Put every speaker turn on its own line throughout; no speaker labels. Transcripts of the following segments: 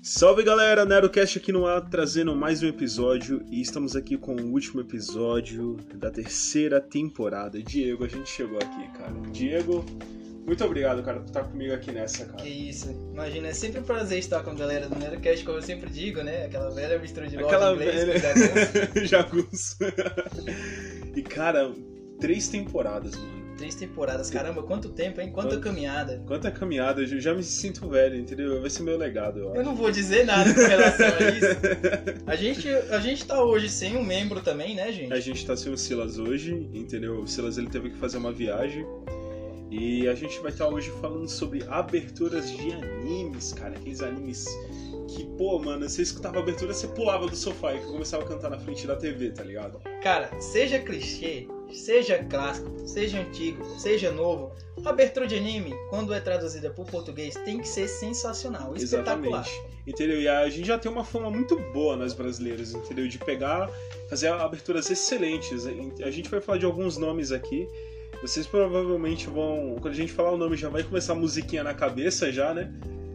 Salve galera, NeroCast aqui no ar, trazendo mais um episódio e estamos aqui com o último episódio da terceira temporada. Diego, a gente chegou aqui, cara. Diego, muito obrigado, cara, por estar comigo aqui nessa, cara.
Que isso. Imagina, é sempre um prazer estar com a galera do NeroCast, como eu sempre digo, né? Aquela velha mistura de voz
Aquela
inglês
velha.
velha...
Jagunço. e cara, três temporadas, mano.
Três temporadas, caramba, quanto tempo, hein? Quanta
Quanto-
caminhada.
Quanta caminhada, eu já me sinto velho, entendeu? Vai ser meu legado, eu
Eu
acho.
não vou dizer nada com relação a isso. A gente, a gente tá hoje sem um membro também, né, gente?
A gente tá sem o Silas hoje, entendeu? O Silas ele teve que fazer uma viagem. E a gente vai estar hoje falando sobre aberturas de animes, cara. Aqueles animes que, pô, mano, você escutava a abertura, você pulava do sofá e começava a cantar na frente da TV, tá ligado?
Cara, seja clichê, seja clássico, seja antigo, seja novo, a abertura de anime, quando é traduzida pro português, tem que ser sensacional, Um espetacular.
Exatamente. Entendeu? E a gente já tem uma fama muito boa nós brasileiros, entendeu? De pegar, fazer aberturas excelentes. A gente vai falar de alguns nomes aqui. Vocês provavelmente vão. Quando a gente falar o nome, já vai começar a musiquinha na cabeça, já, né?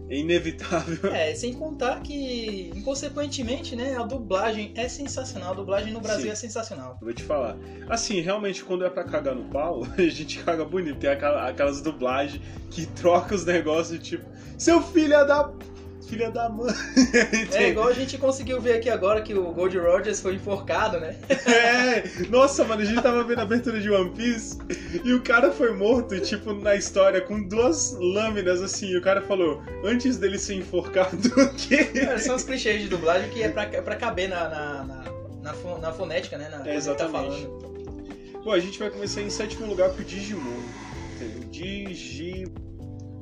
É inevitável.
É, sem contar que, inconsequentemente, né, a dublagem é sensacional, a dublagem no Brasil
Sim.
é sensacional.
Eu Vou te falar. Assim, realmente, quando é pra cagar no pau, a gente caga bonito. Tem aquela- aquelas dublagens que troca os negócios, tipo, seu filho é da. Filha da mãe.
É igual a gente conseguiu ver aqui agora que o Gold Rogers foi enforcado, né?
É. Nossa, mano, a gente tava vendo a abertura de One Piece e o cara foi morto, tipo, na história, com duas lâminas assim. E o cara falou, antes dele ser enforcado, o quê?
Cara, são os clichês de dublagem que é pra, é pra caber na, na, na, na fo- na fonética, né? Na coisa que Tá
exatamente.
falando.
Bom, a gente vai começar em sétimo lugar com Digimon. entendeu? Digi.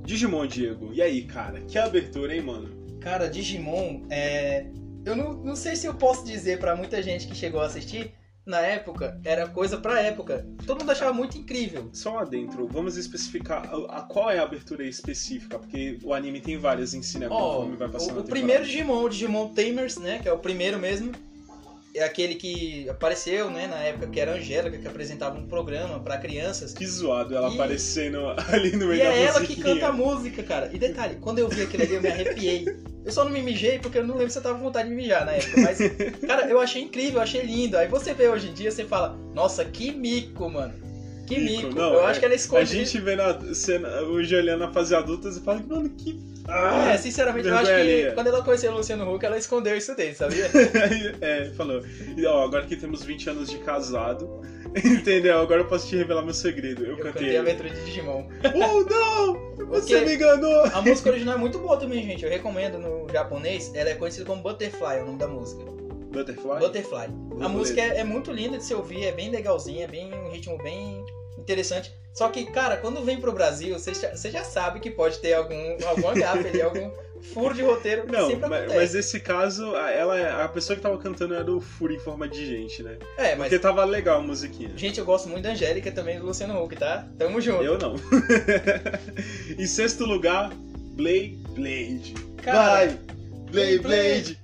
Digimon, Diego. E aí, cara? Que abertura, hein, mano?
Cara, Digimon, é... eu não, não sei se eu posso dizer pra muita gente que chegou a assistir, na época, era coisa pra época. Todo mundo achava muito incrível.
Só lá dentro, vamos especificar a, a- qual é a abertura específica, porque o anime tem várias em si, né?
Ó,
Conforme vai passando
o,
a
o
temporada.
primeiro Digimon, o Digimon Tamers, né? Que é o primeiro mesmo. É aquele que apareceu, né? Na época que era a Angélica, que apresentava um programa pra crianças.
Que zoado ela
E-
aparecendo ali no meio
E
da
é ela que
musiquinha.
canta a música, cara. E detalhe, quando eu vi aquele ali, eu me arrepiei. Eu só não me mijei porque eu não lembro se eu tava com vontade de mijar na época. Mas, cara, eu achei incrível, eu achei lindo. Aí você vê hoje em dia, você fala, nossa, que mico, mano. Que
Mico,
mico.
não,
eu
é-
acho que ela
A
esconde.
gente vendo a cena, hoje olhando a fase adulta, você fala, mano, que.
É,
Ah!
sinceramente, eu acho
vergonha
que
alheia.
quando ela conheceu o Luciano Huck, ela escondeu isso dele, sabia?
é, falou. E, ó, agora que temos 20 anos de casado, entendeu? Agora eu posso te revelar meu segredo. Eu,
Eu cantei
cantei.
a aventura de Digimon.
Oh, não! Você
Ok.
me enganou!
A música original é muito boa também, gente. Eu recomendo no japonês. Ela é conhecida como Butterfly, é o nome da música.
Butterfly?
Butterfly. A
Beleza.
música é, é muito linda de se ouvir, é bem legalzinha, é bem um ritmo bem interessante. Só que, cara, quando vem pro Brasil, você já, você já sabe que pode ter algum, alguma gafa ali, algum furo de roteiro que
Não,
assim, sempre
mas,
acontece.
mas nesse caso, a- ela, a pessoa que tava cantando era o Furo em forma de gente, né?
É, mas.
Porque tava legal a musiquinha.
Gente, eu gosto muito da Angélica e também do Luciano Huck, tá? Tamo junto.
Eu não. em sexto lugar, Blade Blade.
Cara,
Vai! Blade Blade!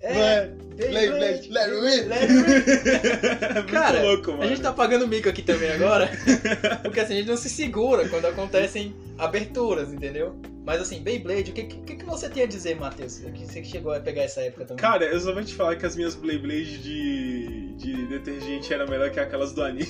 é,
Vai! Blade Blade! Let it rip!
Let it rip.
É Muito
Cara,
louco, mano.
A gente tá pagando mico aqui também agora, porque assim, a gente não se segura quando acontecem aberturas, entendeu? Mas assim, Beyblade, o que, que, que você tem a dizer, Matheus? Que Você que chegou a pegar essa época também.
Cara, eu só vou te falar que as minhas Blade Blade de, de detergente eram melhor que aquelas do anime.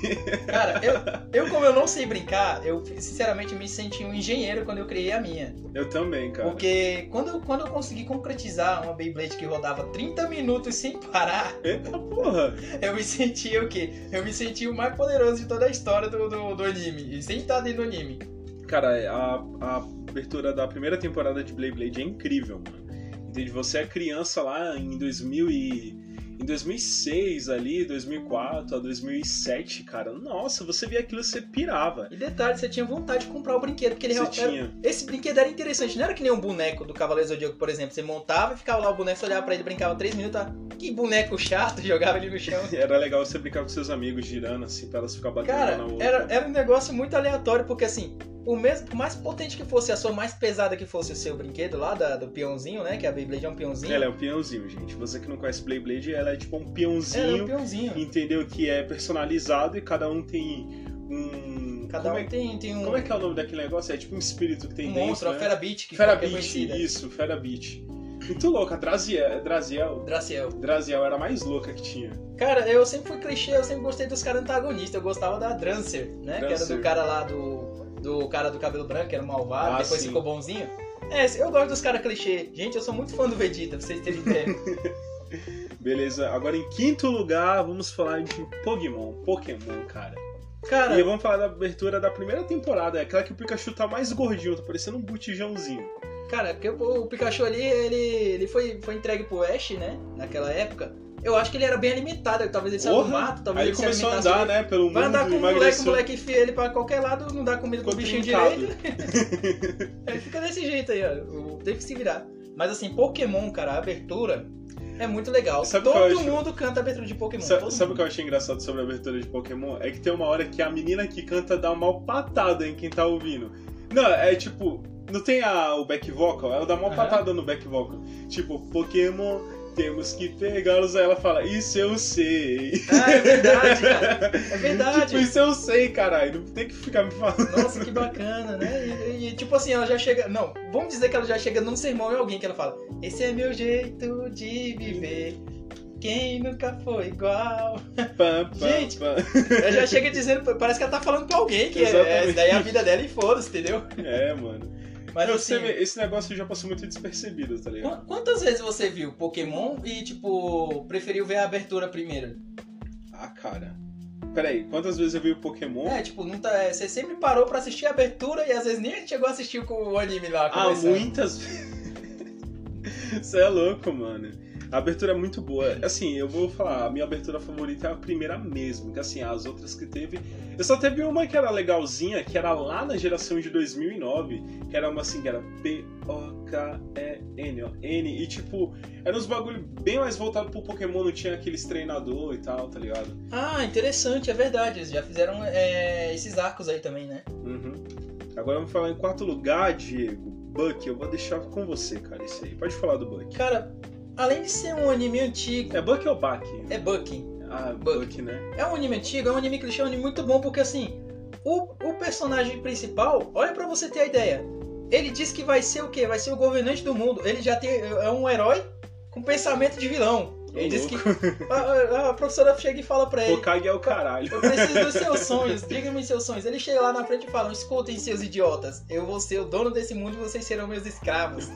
Cara, eu, eu como eu não sei brincar, eu sinceramente me senti um engenheiro quando eu criei a minha.
Eu também, cara.
Porque quando eu, quando eu consegui concretizar uma Beyblade que rodava 30 minutos sem parar,
Eita porra!
eu me sentia o quê? Eu me sentia o mais poderoso de toda a história do, do, do anime. E sem estar dentro do anime.
Cara, a, a abertura da primeira temporada de Blade Blade é incrível, mano. Entende? Você é criança lá em 2000 e... Em 2006 ali, 2004 a 2007, cara. Nossa, você via aquilo e você pirava.
E detalhe, você tinha vontade de comprar o brinquedo, porque ele
Você
realmente.
tinha...
Esse brinquedo era interessante, não era que nem um boneco do Cavaleiro Zodíaco, por exemplo. Você montava e ficava lá o boneco, você olhava pra ele, brincava três minutos, ah, que boneco chato, jogava ele no chão.
Era legal você brincar com seus amigos girando, assim, pra elas ficar batendo uma
Cara,
na outra.
era, era um negócio muito aleatório, porque assim, o mesmo, por mais potente que fosse a sua, mais pesada que fosse o seu brinquedo lá, da- do peãozinho, né? Que a Beyblade é um peãozinho.
Ela é um peãozinho, gente. Você que não conhece Blade Blade, ela é tipo um
Ela é
peãozinho,
um peãozinho.
entendeu? Que é personalizado e cada um tem um.
Cada
como
um
é...
tem, tem um,
Como é que é o nome daquele negócio? É tipo um espírito que tem
um
dentro.
monstro,
né?
a Fera Beat, que
Fera
que é
Beat,
conhecida.
isso, Fera Beat. muito louca. A Draziel, Draziel,
Draciel.
Draziel era a mais louca que tinha.
Cara, eu sempre fui clichê, eu sempre gostei dos caras antagonistas. Eu gostava da Drancer, né? Que era
Drancer.
do cara lá do. Do cara do cabelo branco, que era malvado,
Ah,
depois
sim.
ficou bonzinho. É, eu gosto dos caras clichê. Gente, eu sou muito fã do Vegeta, pra vocês terem ideia.
Beleza, agora em quinto lugar, vamos falar de Pokémon. Pokémon, cara.
Cara,
E vamos falar da abertura da primeira temporada, é aquela que o Pikachu tá mais gordinho, tá parecendo um botijãozinho.
Cara, porque o o Pikachu ali, ele, ele foi, foi entregue pro Ash, né? Naquela época. Eu acho que ele era bem alimentado. Talvez ele saiu do
Porra!
mato, talvez
Aí
ele se
começou a
alimentasse
andar, né,
bem.
pelo
Vai
mundo,
andar com o moleque, o
emagreceu.
moleque enfia ele pra qualquer lado, não dá comida pro
Ficou
bichinho
trincado.
direito. Aí fica desse jeito aí, ó. O- Teve que se virar. Mas assim, Pokémon, cara, a abertura é muito legal.
Sabe o que eu
Todo
acho?
mundo canta a abertura de Pokémon.
Sa-
todo
Sabe o
mundo.
que eu achei engraçado sobre a abertura de Pokémon? É que tem uma hora que a menina que canta dá uma patada em quem tá ouvindo. Não, é tipo, não tem a, o back vocal, ela dá uma
Aham.
patada no back vocal. Tipo, Pokémon, temos que pegá-los. Aí ela fala, isso eu sei.
Ah, é verdade, cara. É verdade.
tipo, isso eu sei, caralho. Não tem que ficar me falando.
Nossa, que bacana, né? E, e, tipo assim, ela já chega. Não, vamos dizer que ela já chega num sermão em alguém que ela fala: Esse é meu jeito de viver. Quem nunca foi igual?
Pam, pam,
Gente.
pam.
Ela já chega dizendo, parece que ela tá falando pra alguém, que é- é,
Exatamente.
daí é a vida dela e foda-se, entendeu?
É, mano.
Mas
Não,
assim,
você vê, esse negócio já passou muito despercebido, tá ligado?
qu- quantas vezes você viu Pokémon e, tipo, preferiu ver a abertura primeiro?
Ah, cara. Peraí, quantas vezes eu vi o Pokémon?
É, tipo, não tá, é, você sempre parou pra assistir a abertura e às vezes nem chegou a assistir o o anime lá.
Há
começando.
Ah, muitas vezes. Você é louco, mano. A abertura é muito boa. Assim, eu vou falar, a minha abertura favorita é a primeira mesmo. Que assim, as outras que teve. Eu só teve uma que era legalzinha, que era lá na geração de 2009. Que era uma assim, que era P-O-K-E-N, ó. N. E tipo, era uns bagulho bem mais voltado pro Pokémon. Não tinha aqueles treinador e tal, tá ligado?
Ah, interessante, é verdade. Eles já fizeram é, esses arcos aí também, né?
Uhum. Agora vamos falar em quarto lugar, Diego. Buck, eu vou deixar com você, cara, isso aí. Pode falar do Buck.
Cara, além de ser um anime antigo,
É Buck ou Buck?
é Bucky.
Ah,
Buck.
Buck, né?
É um anime antigo, é um anime clichê, é um anime muito bom, porque assim, o, o personagem principal, olha pra você ter a ideia. Ele diz que vai ser o quê? Vai ser o governante do mundo. Ele já tem, é um herói com pensamento de vilão.
Ô,
Ele diz que. A, a- a professora chega e fala pra ele.
Hokage é o caralho.
Eu preciso dos seus sonhos, diga-me seus sonhos. Ele chega lá na frente e fala: Escutem, seus idiotas, eu vou ser o dono desse mundo e vocês serão meus escravos.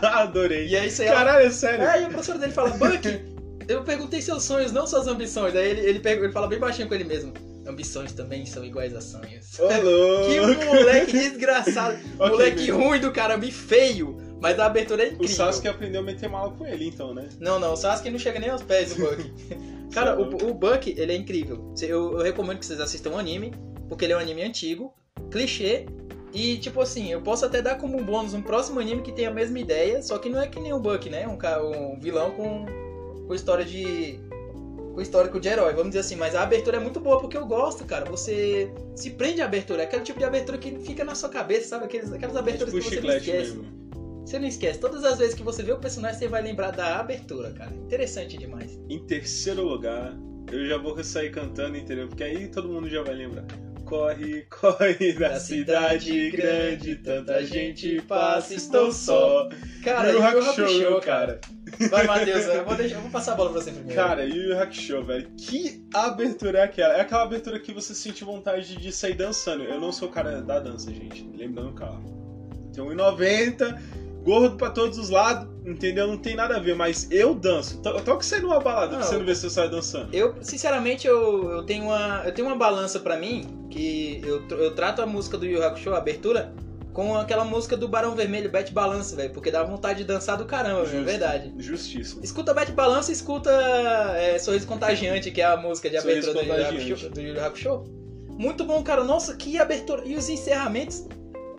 Adorei.
E aí você
Caralho, é sério.
Aí o professor dele fala, Buck, eu perguntei seus sonhos, não suas ambições. Aí ele, ele, pergu- ele fala bem baixinho com ele mesmo. Ambições também são iguais a sonhos.
Ô,
Que
louco.
moleque desgraçado.
Ok,
moleque
beleza.
ruim do caramba e feio. Mas a abertura é incrível.
O Sasuke aprendeu a meter mal com ele, então, né?
Não, não, o Sasuke não chega nem aos pés do Buck. Cara, o, o Buck, ele é incrível. Cê- Eu, eu recomendo que vocês assistam o anime, porque ele é um anime antigo, clichê, e tipo assim, eu posso até dar como um bônus um próximo anime que tem a mesma ideia, só que não é que nem o Buck, né? Um, ca- um vilão com, com história de. com histórico de herói, vamos dizer assim, mas a abertura é muito boa porque eu gosto, cara. Você se prende à abertura, é aquele tipo de abertura que fica na sua cabeça, sabe? Aqueles, aquelas
É
aberturas
tipo o
que você não
chiclete
esquece.
mesmo.
Você não esquece, todas as vezes que você vê o personagem, você vai lembrar da abertura, cara. Interessante demais.
Em terceiro lugar, eu já vou sair cantando, entendeu? Porque aí todo mundo já vai lembrar. Corre, corre da,
Da
cidade,
cidade
grande,
grande,
tanta gente passa, estou só.
Cara,
Yu Yu
Yu Yu
Hakusho,
Hakusho,
meu
cara. Vai, Matheus, eu vou, deixar, eu vou passar a bola pra você primeiro.
Cara, Yu Yu Hakusho, velho, que abertura é aquela? É aquela abertura que você sente vontade de sair dançando. Eu não sou o cara da dança, gente. Lembrando o carro. Tem 1,90, gordo pra todos os lados, entendeu? Não tem nada a ver, mas eu danço. To- Toca sair numa balada
Não.
pra você não ver se eu saio dançando.
eu, sinceramente, eu, eu, tenho uma, eu tenho uma balança pra mim, que eu, tr- eu trato a música do Yu Yu Hakusho, a abertura, com aquela música do Barão Vermelho, Bete Balança, velho, porque dá vontade de dançar do caramba, velho, é
Justo.
verdade.
Justiça.
Escuta Bete Balança e escuta é, Sorriso Contagiante, que é a música de
Sorriso
abertura do Yu Yu
Contagiante.
Hakusho- do Yu Yu Hakusho. Muito bom, cara. Nossa, que abertura. E os encerramentos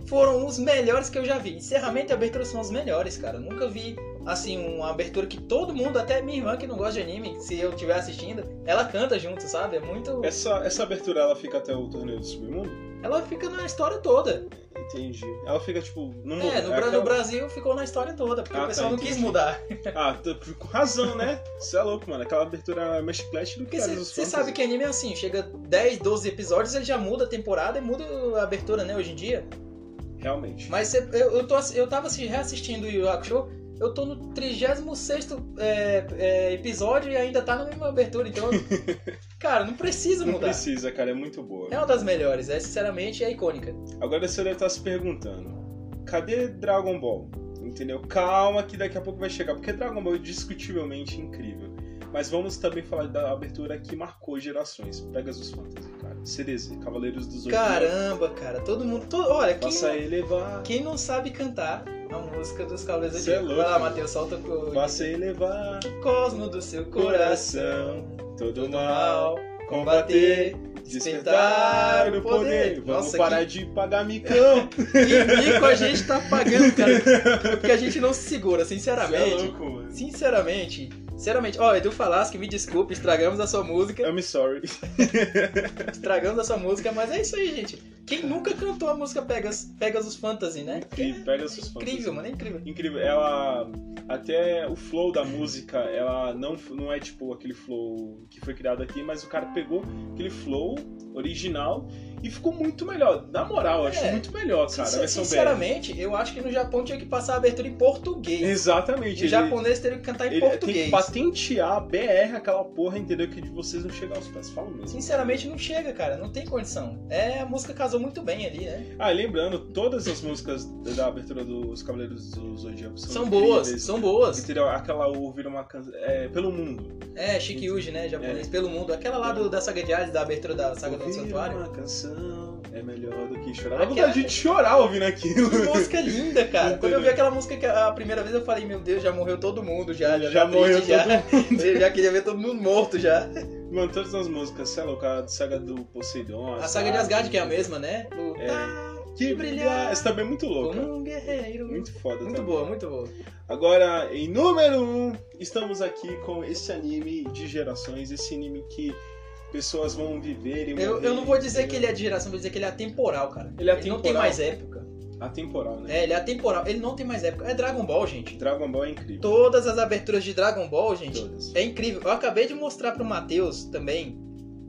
foram os melhores que eu já vi. Encerramento e abertura são os melhores, cara. Eu nunca vi, assim, uma abertura que todo mundo, até minha irmã que não gosta de anime, se eu estiver assistindo, ela canta junto, sabe? É muito...
Essa, essa abertura, ela fica até o torneio do submundo?
Ela fica na história toda.
Entendi. Ela fica, tipo, no mundo.
É, no, Bra-
aquela-
no Brasil ficou na história toda, porque
Ah,
o
tá,
pessoal não
entendi.
quis mudar.
Ah, tô- com razão, né? Você é louco, mano. Aquela abertura mais chiclete do que
Porque você sabe que anime é assim, chega 10, 12 episódios, ele já muda a temporada e muda a abertura, né, hoje em dia.
Realmente.
Mas cê- eu, eu, tô, ass- eu tava assi- reassistindo o Yu Yu Hakusho, eu tô no 36 é, é, episódio e ainda tá na mesma abertura, então. cara, não precisa
Não
mudar.
precisa, cara, é muito boa.
É uma das melhores, é sinceramente é icônica.
Agora você deve estar se perguntando: cadê Dragon Ball? Entendeu? Calma que daqui a pouco vai chegar, porque Dragon Ball é discutivelmente incrível. Mas vamos também falar da abertura que marcou gerações. Pegas dos Fantasy, cara. CDZ, Cavaleiros dos Zodíaco.
Caramba, cara, todo mundo. to- olha, quem,
Faça elevar.
quem não sabe cantar a música dos Cavaleiros do
Cê é
Zodíaco?
louco.
Vai lá, Matheus, solta o
Faça elevar.
cosmo do seu coração.
Coração. Todo
Todo
mal.
mal, combater,
Despertar o poder. Vamos
Nossa,
parar
que,
de pagar micão.
que mico a gente tá pagando, cara. Porque a gente não se segura,
Cê é
sinceramente.
louco, mano.
Sinceramente, sinceramente, ó, Edu Falasque, me desculpe, estragamos a sua música,
I'm sorry.
estragamos a sua música, mas é isso aí, gente. Quem nunca cantou a música Pegas, Pegasus Fantasy, né?
E pega seus
Incrível, mano, é incrível.
incrível. Ela até o flow da música, ela não não é tipo aquele flow que foi criado aqui, mas o cara pegou aquele flow original e ficou muito melhor. Na moral, eu acho
É.
muito melhor, cara, a
Sincer-
versão BR.
sinceramente, eu acho que no Japão tinha que passar a abertura em português.
Exatamente.
E o
ele-
japonês teria que cantar em
ele tem que
português.
patentear a BR aquela porra, entendeu? Que de vocês não chegam aos pés. Fala mesmo.
Sinceramente, não chega, cara, não tem condição. É, a música casou muito bem ali, né?
Ah, e lembrando, todas as músicas da abertura dos Cavaleiros do Zodíaco são,
São
incríveis,
boas, são boas.
Entendeu? Aquela ouvir uma canção. É, pelo mundo.
É, Shikyuji, né, japonês,
É.
pelo mundo. Aquela lá do, da saga de Hades, da abertura da saga do
Ouvir
santuário. é-
Uma canção é melhor do que chorar. Dá
Aquela-
vontade de chorar ouvindo aquilo.
Que música linda, cara. Quando eu vi
Entendeu?
aquela música que a a primeira vez eu falei, meu Deus, já morreu todo mundo, já. Já,
Já
tá
morreu
triste, já. Eu já queria ver todo mundo morto já.
Mano, todas as músicas, sei lá, o cara da saga do Poseidon.
A saga de Asgard, que é a mesma, né? Lutar
Que brilhar.
brilhar.
Essa também é muito
como
louca.
um guerreiro.
Muito foda
Muito
também.
boa, muito boa.
Agora, em número 1, um, estamos aqui com esse anime de gerações. Esse anime que pessoas vão viver e
Eu,
morrer,
eu não vou dizer que
entendeu?
ele é de geração, vou dizer que ele é atemporal, cara.
Ele é
não tem
atemporal.
mais época.
Atemporal, né?
É, ele é atemporal. Ele não tem mais época. É Dragon Ball, gente.
Dragon Ball é incrível.
Todas as aberturas de Dragon Ball, gente,
Todas.
é incrível. Eu acabei de mostrar pro Matheus também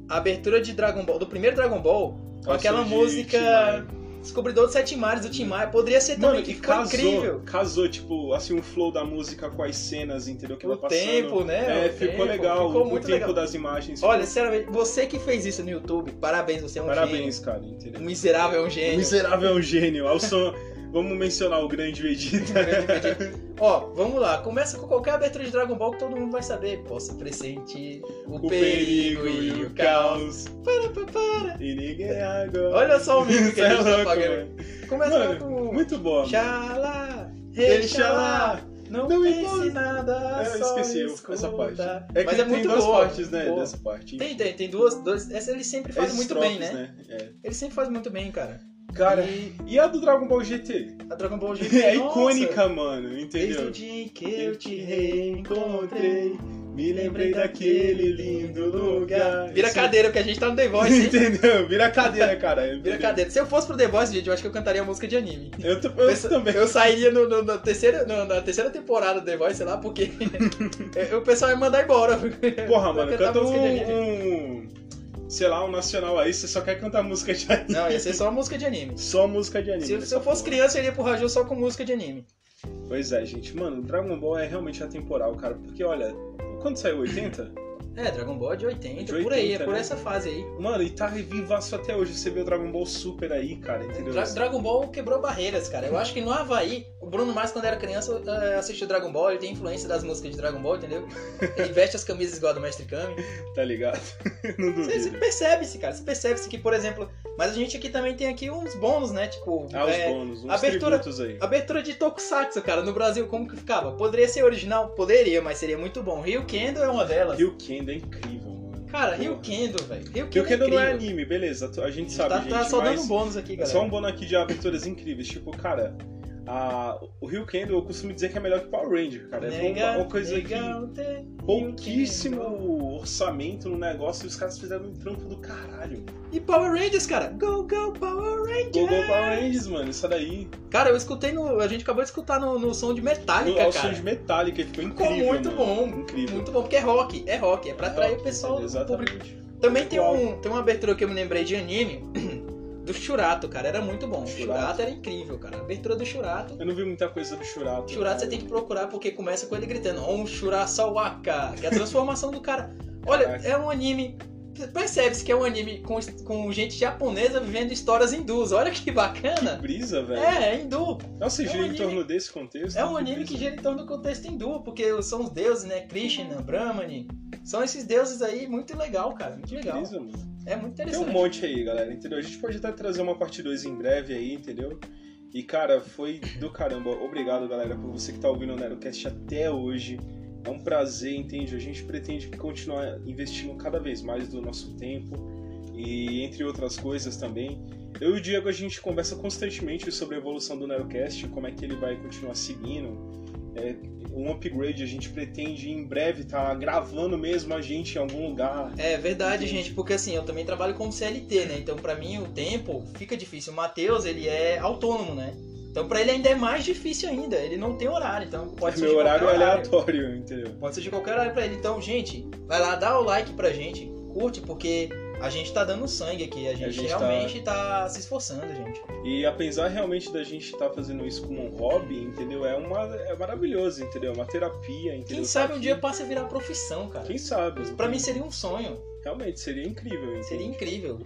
a abertura de Dragon Ball, do primeiro Dragon Ball, com
Ao
aquela
som de
música
Tim Maia.
Descobridor dos Sete Mares, do Tim Maia. Poderia ser
Mano,
também,
que
tá que ficou
casou,
incrível.
casou, tipo, assim, o flow da música com as cenas, entendeu? Que
O
vai passando.
tempo, né?
É,
O
ficou
tempo,
legal.
Ficou
o
muito
tempo
legal.
das imagens.
Olha, sinceramente, você que fez isso no YouTube, parabéns, você é um
parabéns, cara,
gênio.
entendeu?
Um miserável é um
O
gênio.
miserável é um gênio. Ao som- Vamos mencionar o grande Vegeta.
Ó, vamos lá. Começa com qualquer abertura de Dragon Ball que todo mundo vai saber. Posso pressentir o,
O perigo e o caos.
Para, para, para.
E ninguém é agora.
Olha só o mimo que
Cê é
a gente tá
louco,
pagando.
mano.
Começa lá
Mano,
com...
Muito bom.
Xalá,
Deixa lá.
não,
Não
pense
importa.
nada,
Eu
só
esqueci
escuta.
essa parte. que
Mas é
tem
muito
duas
boa.
partes, né?
boa.
Dessa parte.
Tem, tem, tem duas, dois. Essa ele sempre faz
Esses
muito bem,
tropes,
né?
né?
Ele sempre faz muito bem, cara.
É. Cara,
E
e a do Dragon Ball GT?
a Dragon Ball GT
É
nossa,
icônica, mano,
Desde o
entendeu?
dia em que
Eu te reencontrei, me lembrei daquele lindo lugar.
Vira
Isso- é
cadeira, porque a gente tá no The Voice, hein?
Entendeu? Vira cadeira, cara.
Vira cadeira. Se eu fosse pro The Voice, gente, eu acho que eu cantaria música de anime.
Eu, t- eu também.
Eu sairia no, no- na, terceira, no- na terceira temporada do The Voice, sei lá, porque eu- o pessoal ia mandar embora.
Porra, mano,
cantar
canta
música de anime.
um, um- Sei lá, um nacional aí, você só quer cantar música de anime.
Não, ia ser só música de anime.
Só música de anime.
Se, eu- se eu
nessa
fosse
porra.
criança, eu iria pro Raju só com música de anime.
Pois é, gente. Mano, Dragon Ball é realmente atemporal, cara. Porque, olha, quando saiu 80,
É, Dragon Ball é de 80,
De
por aí,
80,
é por
né?
essa fase aí.
mano, e tá vivaço até hoje. Você vê o Dragon Ball Super aí, cara, entendeu?
Dra- Dragon Ball quebrou barreiras, cara. Eu acho que no Havaí, o Bruno Mars, quando era criança, eh, assistiu Dragon Ball, ele tem influência das músicas de Dragon Ball, entendeu? Ele veste as camisas igual a do Mestre Kami.
Tá ligado? Não duvido.
Você, você percebe-se, cara. Você percebe-se que, por exemplo. Mas a gente aqui também tem aqui uns bônus, né? Tipo.
Ah, os
é,
bônus, uns
abertura-
tributos aí.
Abertura de Tokusatsu, cara, no Brasil, como que ficava? Poderia ser original? Poderia, mas seria muito bom. Rio Kendo é uma delas.
Rio Kendo é incrível, mano.
Cara,
Porra.
Rio Kendo, velho. Rio
Rio Kendo não é
incrível.
anime, beleza. A gente sabe,
Tá,
gente.
tá só
mas
dando bônus aqui,
é
galera.
só um bônus aqui de aberturas incríveis. Tipo, cara, a- o Rio Kendo eu costumo dizer que é melhor que Power Ranger, cara. É uma, uma coisa que pouquíssimo orçamento no negócio e os caras fizeram um trampo do caralho.
E Power Rangers, cara. Go, go, Power Rangers.
Gol Power Rangers, mano, isso daí.
Cara, eu escutei no... A gente acabou de escutar no, no som de
No,
Metallica,
ao som
cara.
de Metallica, ficou
Ficou
incrível.
muito
mano.
bom.
Incrível.
Muito bom, porque é rock. É rock. É pra atrair o pessoal do público.
Exatamente.
Também tem,
Igual.
um, tem uma abertura que eu me lembrei de anime do Churato, cara, era muito bom. O
Churato.
Churato era incrível, cara. A abertura do Churato.
Eu não vi muita coisa do Churato. né?
Churato você tem que procurar porque começa com ele gritando Um Shurasawaka, que é a transformação do cara. Olha,
Caraca.
é um anime. Percebe-se que é um anime com, com gente japonesa vivendo histórias hindus. Olha que bacana.
Brisa, velho.
É, é hindu.
Nossa,
É um
gira em
anime-
torno desse contexto.
É um anime que gira em torno do contexto hindu, porque são os deuses, né? Krishna, Brahmani. São esses deuses aí, muito legal, cara. Muito
Que
legal.
brisa, mano.
É muito
Tem um
interessante.
monte aí, galera, entendeu? A gente pode até trazer uma parte 2 em breve aí, entendeu? E, cara, foi do caramba. Obrigado, galera, por você que tá ouvindo o NeroCast até hoje. É um prazer, entende? A gente pretende continuar investindo cada vez mais do nosso tempo e entre outras coisas também. Eu e o Diego, a gente conversa constantemente sobre a evolução do NeroCast, como é que ele vai continuar seguindo. É, um upgrade, a gente pretende em breve estar gravando mesmo a gente em algum lugar.
É verdade,
Entendi.
gente, porque assim, eu também trabalho como CLT, né? Então, pra mim, o tempo fica difícil. O Matheus, ele é autônomo, né? Então, pra ele ainda é mais difícil ainda. Ele não tem horário, então pode ser
Meu
de qualquer
horário é aleatório, entendeu?
Pode ser de qualquer horário pra ele. Então, gente, vai lá, dá o like pra gente, curte, porque a gente tá dando sangue aqui. A gente,
gente tá-
realmente tá... se esforçando, gente.
E apesar realmente da gente estar fazendo isso como um hobby, entendeu? É, uma, é maravilhoso, entendeu? É uma terapia, entendeu?
Quem
Tá
sabe um
aqui.
dia passa a virar profissão, cara.
Quem sabe?
Pra mim
entendeu?
seria um sonho,
Realmente, seria incrível, entendeu?
seria incrível.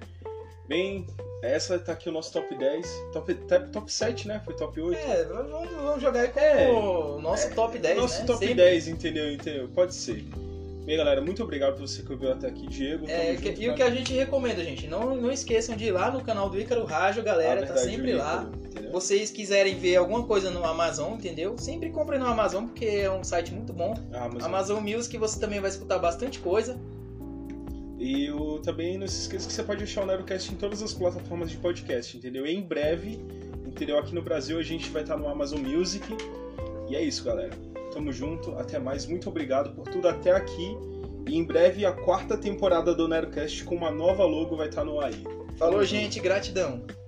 Bem, essa tá aqui o nosso top 10. Top, top, top 7, né? Foi top 8.
É, vamos, vamos jogar aí com
É.
o nosso top 10,
nosso
né?
top
Sempre.
10, entendeu? Entendeu? Pode ser. Bem, galera, muito obrigado por você que ouviu até aqui, Diego.
É,
Tamo
que-
junto,
e o
cara.
que a gente recomenda, gente, não, não esqueçam de ir lá no canal do Ícaro Rádio,
Ah,
galera, tá
verdade,
sempre
o
lá.
Nico, entendeu?
Vocês quiserem ver alguma coisa no Amazon, entendeu? Sempre comprem no Amazon, porque é um site muito bom.
Ah, mas-
Amazon Music, você também vai escutar bastante coisa.
E eu também não se esqueça que você pode achar o Nerocast em todas as plataformas de podcast, entendeu? Em breve, entendeu? Aqui no Brasil a gente vai estar no Amazon Music. E é isso, galera. Tamo junto, até mais. Muito obrigado por tudo até aqui. E em breve a quarta temporada do Nerocast com uma nova logo vai estar no ar aí.
Falou, gente, gratidão.